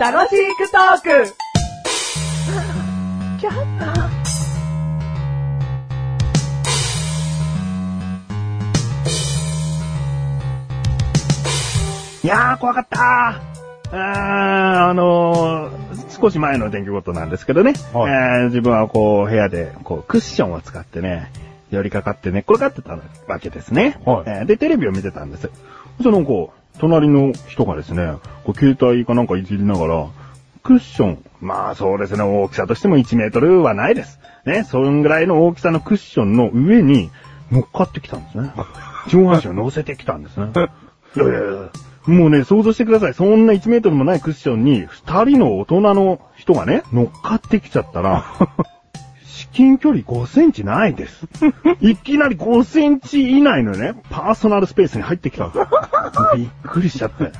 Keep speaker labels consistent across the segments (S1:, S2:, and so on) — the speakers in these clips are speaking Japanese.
S1: 楽しくトーク
S2: いやー、怖かったー。あー、あのー、少し前の電気ごとなんですけどね。
S3: はい
S2: えー自分はこう、部屋で、こう、クッションを使ってね、寄りかかって寝っ転がってたわけですね。
S3: はい
S2: えーで、テレビを見てたんです。そしたらなんか、隣の人がですね、こう携帯かなんかいじりながら、クッション。まあそうですね、大きさとしても1メートルはないです。ね、そんぐらいの大きさのクッションの上に乗っかってきたんです ね。上半身を乗せてきたんですね。いやいやいや、 もうね、想像してください。そんな1メートルもないクッションに、二人の大人の人がね、乗っかってきちゃったら、至近距離5センチない です。いきなり5センチ以内のね、パーソナルスペースに入って きたんですよ。びっくりしちゃって。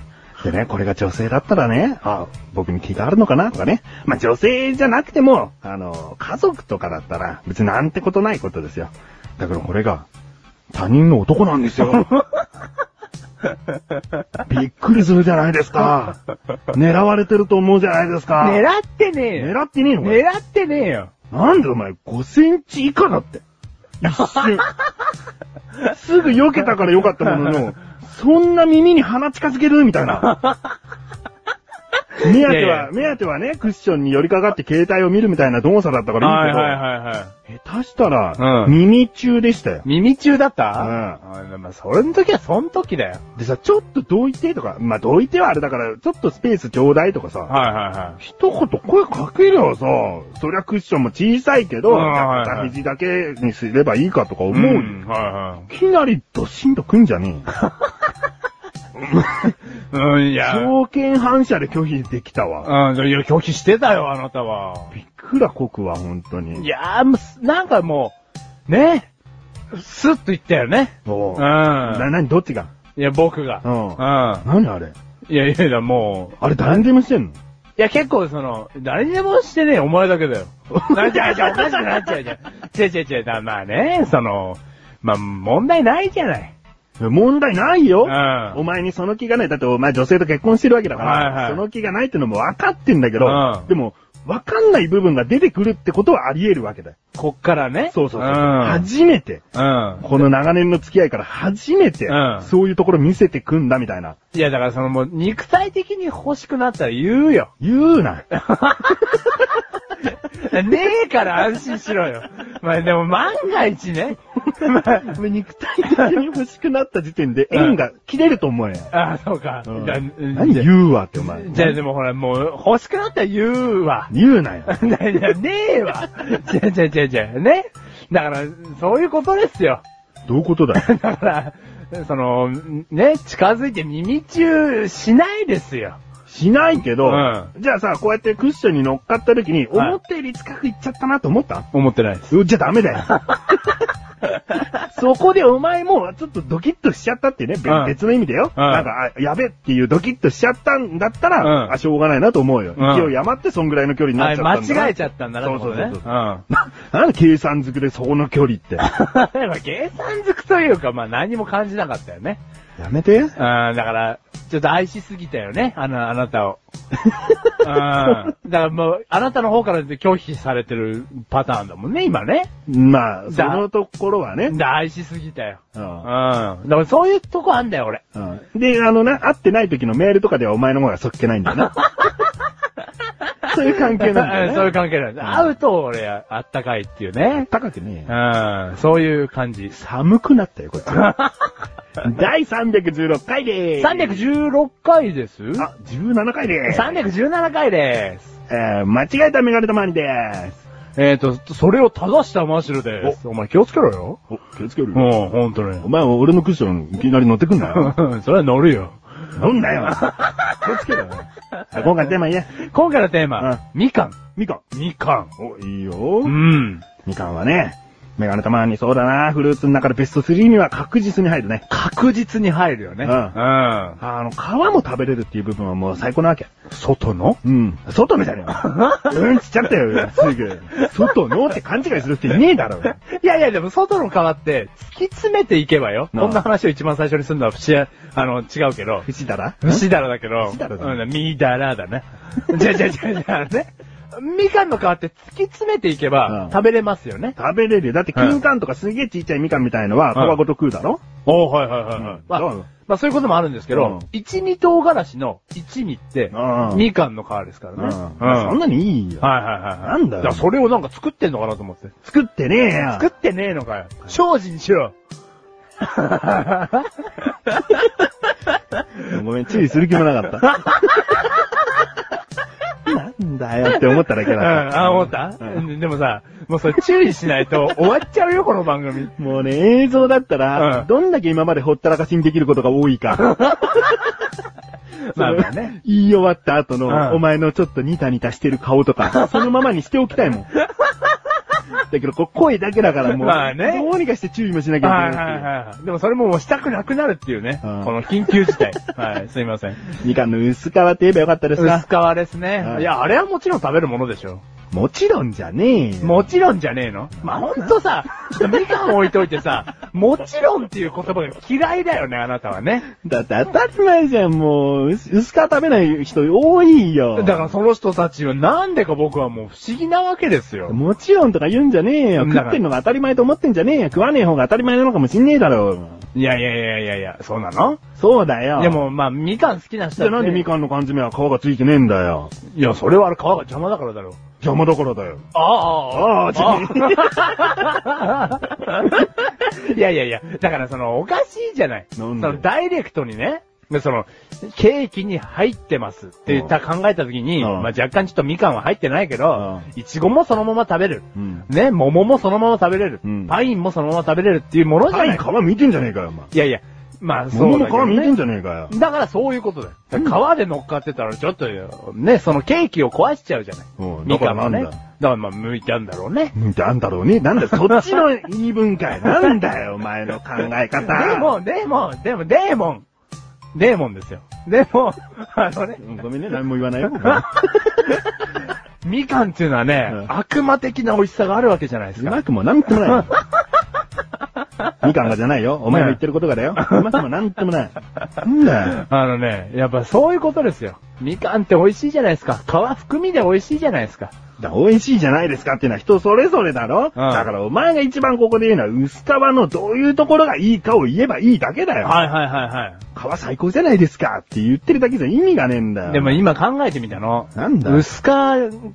S2: でね、これが女性だったらね、あ、僕に気があるのかなとかね。まあ、女性じゃなくても、あの、家族とかだったら、別になんてことないことですよ。だけどこれが、他人の男なんです よ。びっくりするじゃないですか。狙われてると思うじゃないですか。
S3: 狙ってねえよ。
S2: 狙ってねえのかよ
S3: 狙ってねえよ。
S2: なんでお前5センチ以下だって。一 瞬。すぐ避けたからよかったものの、そんな耳に鼻近づけるみたいな。目当
S3: いや
S2: て
S3: いや
S2: は、目当てはね、クッションに寄りかかって携帯を見るみたいな動作だったからいいけど、
S3: はいはい。
S2: 下手したら、
S3: うん
S2: 耳中でしたよ。
S3: 耳中だった
S2: う
S3: うん。まあ、その時はその時だよ。
S2: でさ、ちょっとどいてとか、まあ、どいてはあれだから、ちょっとスペースちょうだいとかさ、
S3: はいはいはい。
S2: 一言声かけりゃさ、そりゃクッションも小さいけど、
S3: うんはいはい
S2: 片肘だけにすればいいかとか思うよ。
S3: ん、はいはい
S2: きなりドシンとくんじゃねえよ。
S3: い。うん、い や。
S2: 条件反射で拒否できたわ。
S3: うん、いや、拒否してたよ、あなたは。
S2: びっくらこくは、本当
S3: い
S2: に。
S3: やー、もうすなんかもう、ね。スッと言ったよね。
S2: も
S3: う
S2: う。
S3: ん。
S2: な、なに、どっちが
S3: いや、僕が。
S2: うん
S3: う
S2: なにあれ
S3: ん。いやいやいや、もう。
S2: あれ、誰にでもしてんの
S3: いや、結構その、誰にでもしてねえ、お前だ けだよ。なんじゃ、じゃ、おかしくなっちゃうじゃん。違う違う違う、だまあね、その、まあ、問題ないじゃない。
S2: 問題ないよ
S3: う。ん。
S2: お前にその気がない。だってお前女性と結婚してるわけだから、
S3: はいはい
S2: その気がないってのも分かってんだけど、
S3: うん
S2: でも、分かんない部分が出てくるってことはあり得るわけだよ。
S3: こっからね。
S2: そうそうそう。
S3: うん。
S2: 初めて、
S3: うん。
S2: この長年の付き合いから初めて
S3: うん、
S2: そういうところ見せてくんだみたいな。
S3: いや、だからそのもう、肉体的に欲しくなったら言うよ。
S2: 言うな。
S3: ねえから安心しろよ。まあでも万が 一ね。まあ、肉体
S2: 急に欲しくなった時点で縁が切れると思うよ。
S3: ああ、そうか。
S2: うん
S3: じゃあ
S2: 何
S3: じゃあ
S2: 言うわってお前。
S3: じゃあでもほら、もう欲しくなったら言うわ。
S2: 言うな よ。
S3: いやいやねえわ。じゃあじゃあじゃあじゃあね。だから、そういうことですよ。
S2: どういうことだよ。
S3: だから、その、ね、近づいて耳中しないですよ。
S2: しないけど、
S3: う
S2: じゃあさ、こうやってクッションに乗っかった時に、
S3: はい
S2: 思ったより近く行っちゃったなと思った
S3: 思ってないです。
S2: うんじゃダメだ よ。そこでお前もちょっとドキッとしちゃったってね、べ
S3: うん
S2: 別の意味だよ。
S3: うん
S2: なんか、あやべっていうドキッとしちゃったんだったら、
S3: うん
S2: あ、しょうがないなと思うよ。
S3: うん
S2: 勢い余ってそんぐらいの距離になっちゃった
S3: 間
S2: んだな。
S3: 違えちゃったんだな、
S2: そうそうそう
S3: って
S2: そ
S3: こ
S2: う
S3: とねうん。
S2: な、なんで計算づくでそこの距離って。
S3: まあ 計算づくというか、まあ何も感じなかったよね。
S2: やめて。
S3: うん、だから、ちょっと愛しすぎたよね、あの、あ なたを。うん。だからもう、あなたの方から拒否されてるパターンだもんね、今ね。
S2: まあ、そ
S3: だ
S2: のところはね。
S3: だ愛しすぎたよ。
S2: う
S3: うんん。だからそういうとこあんだよ、俺。
S2: うんで、あのな、会ってない時のメールとかではお前の方がそっけないんだよ な。そういう関係なんだよね。
S3: そういう関係なんだ。会うと俺、あったかいっていうね。
S2: 高くねえ
S3: う
S2: よ。
S3: ん。そういう感 じ。
S2: 寒くなったよ、これ。 第316回でーす。
S3: 316回です
S2: あ、17回でーす。
S3: ?317 回です。
S2: えー、間違えたメガネたまにでーす。
S3: えっ、ー、と、それを正したマシュルです。お前気をつけろよ。
S2: お、気をつける
S3: うん、ほんと
S2: お
S3: に。
S2: 前は俺のクッションいきなり乗ってくんな よ。
S3: それは乗るよ。
S2: 乗んなよ。気をつけ ろよ。あ今回テーマ言え。
S3: 今回のテーマ、みかん。
S2: みか
S3: みかん。
S2: ん。お、いいよ
S3: う。ん。
S2: みかんはね、メガネたまにそうだな、フルーツの中でベスト3には確実に入るね。
S3: 確実に入るよね。
S2: うん
S3: ん。
S2: あの、皮も食べれるっていう部分はもう最高なわけ。
S3: 外の
S2: うん。外みたい な。うんちっちゃったよ、すぐ。外のって勘違いするっていねえだろ。
S3: いやいや、でも外の皮って突き詰めていけばよ。
S2: なあ
S3: こんな話を一番最初にするのは不思あの、違うけど。
S2: 藤だら
S3: 不死だらだけど。
S2: 節だらだ
S3: うん、みだらだね。じゃじゃじゃじゃね。みかんの皮って突き詰めていけ
S2: う
S3: ば
S2: ん
S3: 食べれますよね。
S2: 食べれるよ。だって金柑とかすげえちっちゃいみかんみたいのは、皮
S3: うん
S2: ごと食うだろ
S3: おはいはいはい
S2: はい
S3: まあ
S2: そう
S3: まあそういうこともあるんですけ
S2: うん
S3: ど、一味唐辛子の一味って
S2: う、ん
S3: みかんの皮ですか
S2: うん。
S3: らね。
S2: そんなにいいよ。
S3: はいはいはいはい。
S2: なんだよ
S3: からそれをなんか作ってんのかなと思って。
S2: 作ってねえや。
S3: 作ってねえのかよ。精進しろ。
S2: ごめん、注意する気もな かった。なんだよって思っただけ
S3: うん、
S2: だった。
S3: あ、思った、うんでもさ、もうそれ注意しないと終わっちゃうよ、この番 組。
S2: もうね、映像だったら、
S3: うん
S2: どんだけ今までほったらかしにできることが多いか。
S3: まあまあね。
S2: 言い終わった後の、
S3: うん
S2: お前のちょっとニタニタしてる顔と か、そのままにしておきたいもん。だけど、こう声だけだからもう、
S3: まあね
S2: どうにかして注意もしなきゃ
S3: はい
S2: いけ
S3: はい
S2: ない
S3: はい。でもそれももうしたくなくなるっていうね。
S2: うん
S3: この緊急事態。はい、すいません。
S2: っていう。みかんの薄皮って言えばよかったです
S3: 薄
S2: な。
S3: 皮ですね
S2: う。ん
S3: いや、あれはもちろん食べるものでしょ。
S2: もちろんじゃねえよ。
S3: もちろんじゃねえのまあ、ほんとさ、みかん置いといてさ、 もちろんっていう言葉が嫌いだよね、あなたはね。
S2: だって当たり前じゃん、もう、薄薄皮食べない人多いよ。
S3: だからその人たちはなんでか僕はもう不思議なわけですよ。
S2: もちろんとか言うんじゃねえよ。
S3: だから
S2: 食ってんのが当たり前と思ってんじゃねえよ。食わねえ方が当たり前なのかもしんねえだろ。
S3: いやいやいやいやいや、そうなの
S2: そうだよ。
S3: で、もまあ、みかん好きな人
S2: じゃあなんでみ
S3: ん
S2: かんの缶詰は皮がついてねえんだよ。
S3: いや、それはあれ皮が邪魔だからだろ。
S2: 邪魔だからだよ。
S3: ああ
S2: ああじゃあ
S3: いやいやいや、だからその、おかしいじゃない。
S2: な
S3: そ
S2: んで
S3: の、ダイレクトにね、でその、ケーキに入ってますって言った考えた時に、
S2: うん
S3: まあ若干ちょっとみかんは入ってないけど、
S2: う
S3: いちごもそのまま食べる。
S2: うん。
S3: ね、桃もそのまま食べれる、
S2: うん
S3: パインもそのまま食べれるっていうものじゃ
S2: パ
S3: な
S2: イ
S3: い。
S2: 皮見てんじゃねえかよ、お前。
S3: いやいや、まあそう
S2: 桃
S3: だ
S2: の
S3: けど
S2: 皮見て
S3: ね
S2: ん。じゃねえかよ。
S3: だからそういうことだよ。だから皮で乗っかってたらちょっとよ、ね、そのケーキを壊しちゃうじゃない。
S2: うん
S3: みかんはね。
S2: だか
S3: だかららまあ、向いたんだろうね。
S2: うん、なんだろうね。なんだ、そっちの言い分かい。なんだよ、お前の考え 方。
S3: でも、でも、でも、デーモン。デーモンですよ。でも、 あのね、
S2: うん、ごめんね、何も言わ ないよ。
S3: みかんっていうのはね、
S2: うん
S3: 悪魔的な美味しさがあるわけじゃないで
S2: う
S3: すか。
S2: まくもなんともないよ。みかんがじゃないよ。お前の言ってることがだよ。うまくもなんともない。なんだよ。
S3: あのね、やっぱそういうことですよ。みかんって美味しいじゃないですか。皮含みで美味しいじゃないですか。
S2: だから美味しいじゃないですかっていうのは人それぞれだろ、だからお前が一番ここで言うのは薄皮のどういうところがいいかを言えばいいだけだよ。
S3: いはいはい
S2: 皮最高じゃないですかって言ってるだけじゃ意味がねえんだよ。
S3: でも今考えてみたの。
S2: なんだ
S3: 薄皮、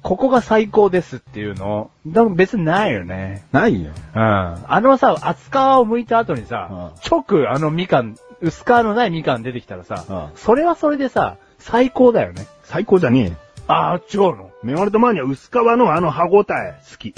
S3: ここが最高ですっていうの。でも別にないよね。
S2: ないよ。
S3: うん。あのさ、厚皮を剥いた後にさ、直あのみかん、薄皮のないみかん出てきたらさ、
S2: うん
S3: それはそれでさ、最高だよね。
S2: 最高じゃねえ。
S3: ああ、違うの
S2: メガネとマーニは薄皮のあの歯ごたえ好き。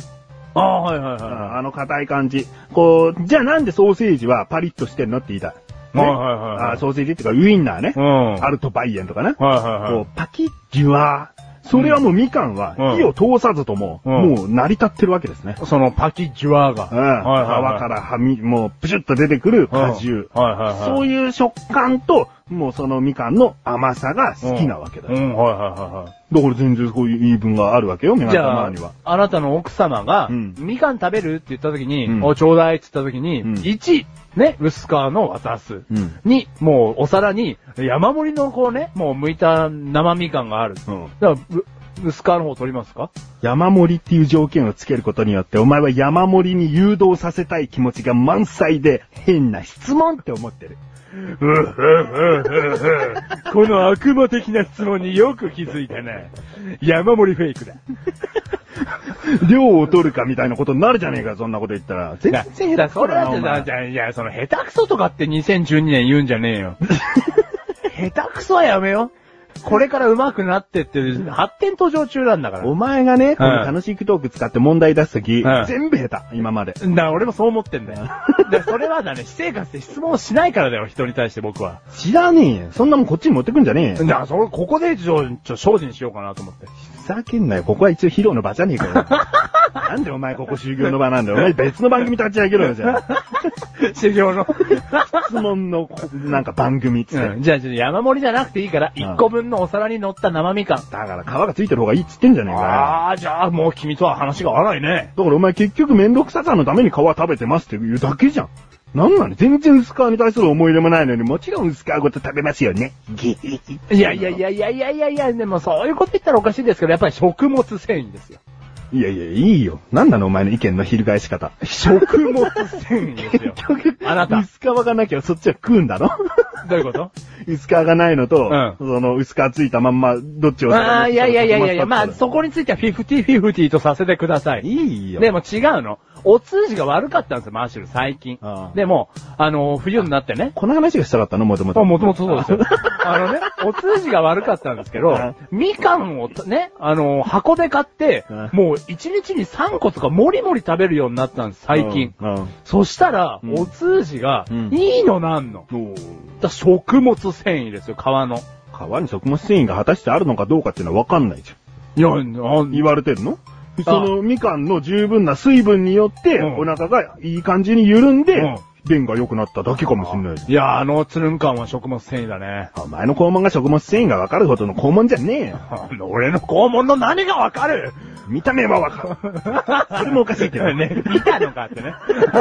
S3: ああ、はいはい
S2: あ
S3: は
S2: あの硬い感じ。こう、じゃあなんでソーセージはパリッとしてんのって言いたい。
S3: い。はいはいはいはい。
S2: あソーセージっていうかウインナーね。
S3: うん。
S2: アルトバイエンとかね。
S3: はいはいは
S2: こ
S3: い。
S2: う、パキッ、ジュワー。それはもうみかんは
S3: うん
S2: 火を通さずとも、
S3: うん
S2: もう成り立ってるわけですね。
S3: そのパキジュワーが。
S2: うん。
S3: はいはいはい。
S2: 皮からはみ、もうプシュッと出てくる果汁。
S3: うんはいはいはい。
S2: そう
S3: う
S2: いう食感と、もうそのみかんの甘さが好きなわけだ
S3: う
S2: よ。
S3: ん、はいはいはいは
S2: だから全然そういう言い分があるわけよ、み
S3: い。
S2: な
S3: じ
S2: さ
S3: ゃあ
S2: には。、
S3: あなたの奥様が、
S2: うん
S3: みかん食べるって言った時に、
S2: うん
S3: お、ちょうだいって言った時に、
S2: うん
S3: 1、ね、薄皮の渡す。
S2: うん。
S3: に、もうお皿に山盛りのこうね、もう剥いた生みかんがある。
S2: うん。
S3: だから、う薄皮の方取りますか
S2: 山盛りっていう条件をつけることによって、お前は山盛りに誘導させたい気持ちが満載で、変な質問って思 ってる。
S3: この悪魔的な質問によく気づいたな。山盛りフェイクだ。
S2: 量を取るかみたいなことになるじゃねえか、そんなこと言ったら。全然下手くそ
S3: それ
S2: だな、
S3: だ
S2: お前
S3: ってじゃあ、いや、その下手くそとかって2012年言うんじゃねえ よ。下手くそはやめよ。これから上手くなってって、発展途上中なんだから。
S2: お前がね、この楽しいクトーク使って問題出すとき、
S3: うん
S2: 全部下手、今まで。
S3: だから俺もそう思ってん だよ。だからそれはだね、私生活で質問をしないからだよ、人に対して僕は。
S2: 知らねえよ。そんなもんこっちに持ってくんじゃねえ
S3: だ
S2: よ。
S3: からそれ、ここでちょ、ちょ、精進しようかなと思って。
S2: ふざけんなよ。ここは一応ヒロの場じゃねえかよ。 なんでお前ここ修行の場なんだよ。お前別の番組立ち上げろよ、じゃあ。
S3: 修行の。
S2: 質問の、なんか番組っつって。
S3: うん。じゃあ、ちょっと山盛りじゃなくていいから、
S2: うん
S3: 1個分のお皿に乗った生みかん。
S2: だから皮がついてる方がいいっつってんじゃねえかよ。
S3: ああ、じゃあ、もう君とは話が合わないね。
S2: だからお前結局めんどくささのために皮食べてますっていうだけじゃん。なんなの全然薄皮に対する思い入れもないのに、もちろん薄皮ごと食べますよね。ギヒヒ
S3: いやいやい。やいやいやいやいや、でもそういうこと言ったらおかしいですけど、やっぱり食物繊維ですよ。
S2: いやいや、いいよ。なんなのお前の意見の翻し方。
S3: 食物繊維です
S2: 結
S3: よ。
S2: 局、
S3: あなた
S2: 薄皮がなきゃそっちは食うんだろ
S3: どういうこと
S2: 薄皮がないのと、
S3: うん
S2: その薄皮ついたまんま、どっちを
S3: ああ、いやいやいやいやいや、まあ
S2: そ
S3: そこについては50-50とさせてください。
S2: いいよ。
S3: でも違うの。お通じが悪かったんですよ、マーシュル、最近
S2: あ。あ
S3: でも、あの、冬になってね。
S2: この話がしたかったのもとも
S3: あ、
S2: と。
S3: もともとそうですよ。 あのね、お通じが悪かったんですけど、みかんをね、あの、箱で買って
S2: うん、
S3: もう1日に3個とかもりもり食べるようになったんです、最近。
S2: うん。うん
S3: そしたら、
S2: うん
S3: お通じが
S2: う、ん
S3: いいのなんの。
S2: おー
S3: だ食物繊維ですよ、皮の。
S2: 皮に食物繊維が果たしてあるのかどうかっていうのはわかんないじゃん。
S3: いや、なん
S2: 言われてるのそのみかんの十分な水分によって、
S3: うん
S2: お腹がいい感じに緩んで、
S3: うん
S2: 便が良くなっただけかもしれないじ
S3: いや、あのつるん感は食物繊維だね。
S2: ゃん。お前の肛門が食物繊維がわかるほどの肛門じゃねえよ。
S3: あの俺の肛門の何がわか る
S2: 見た目はわ かる。それもおかしいけど
S3: ね、見たのかってね。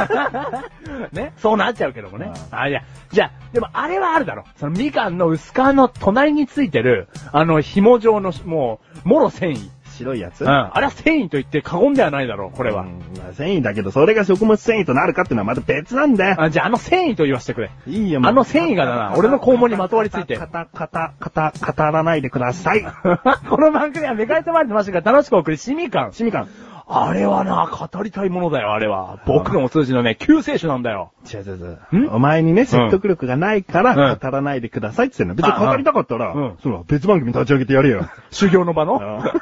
S3: ね、そうなっちゃうけどもね。あ、いや、じゃあ、でもあれはあるだろ。そのみかんの薄皮の隣についてる、あの、紐状の、もう、もろ繊維。
S2: 白いやつ
S3: うん。あれは繊維と言って過言ではないだろう、こ
S2: こ
S3: れは。
S2: 繊維だけど、それが食物繊維となるかっていうのはまた別なんだよ。
S3: あじゃあ、あの繊維と言わせてくれ。
S2: いいよ、
S3: あの繊維がだな俺の肛門にまとわりついて
S2: カタカタカタカタ語らないでくださ い。
S3: この番組はめかれてまいりましたが、楽しくお送り、しみかん。
S2: シミカン。
S3: あれはな、語りたいものだよ、あれ は。僕のお通じのね、救世主なんだよ。
S2: 違う違うん違う。お前にね、説得力がないか
S3: う
S2: ら
S3: ん
S2: 語らないでくださいって言ってんの。別に語りたかったら、
S3: うん
S2: その別番組立ち上げてやれよ。
S3: 修行の場の
S2: あ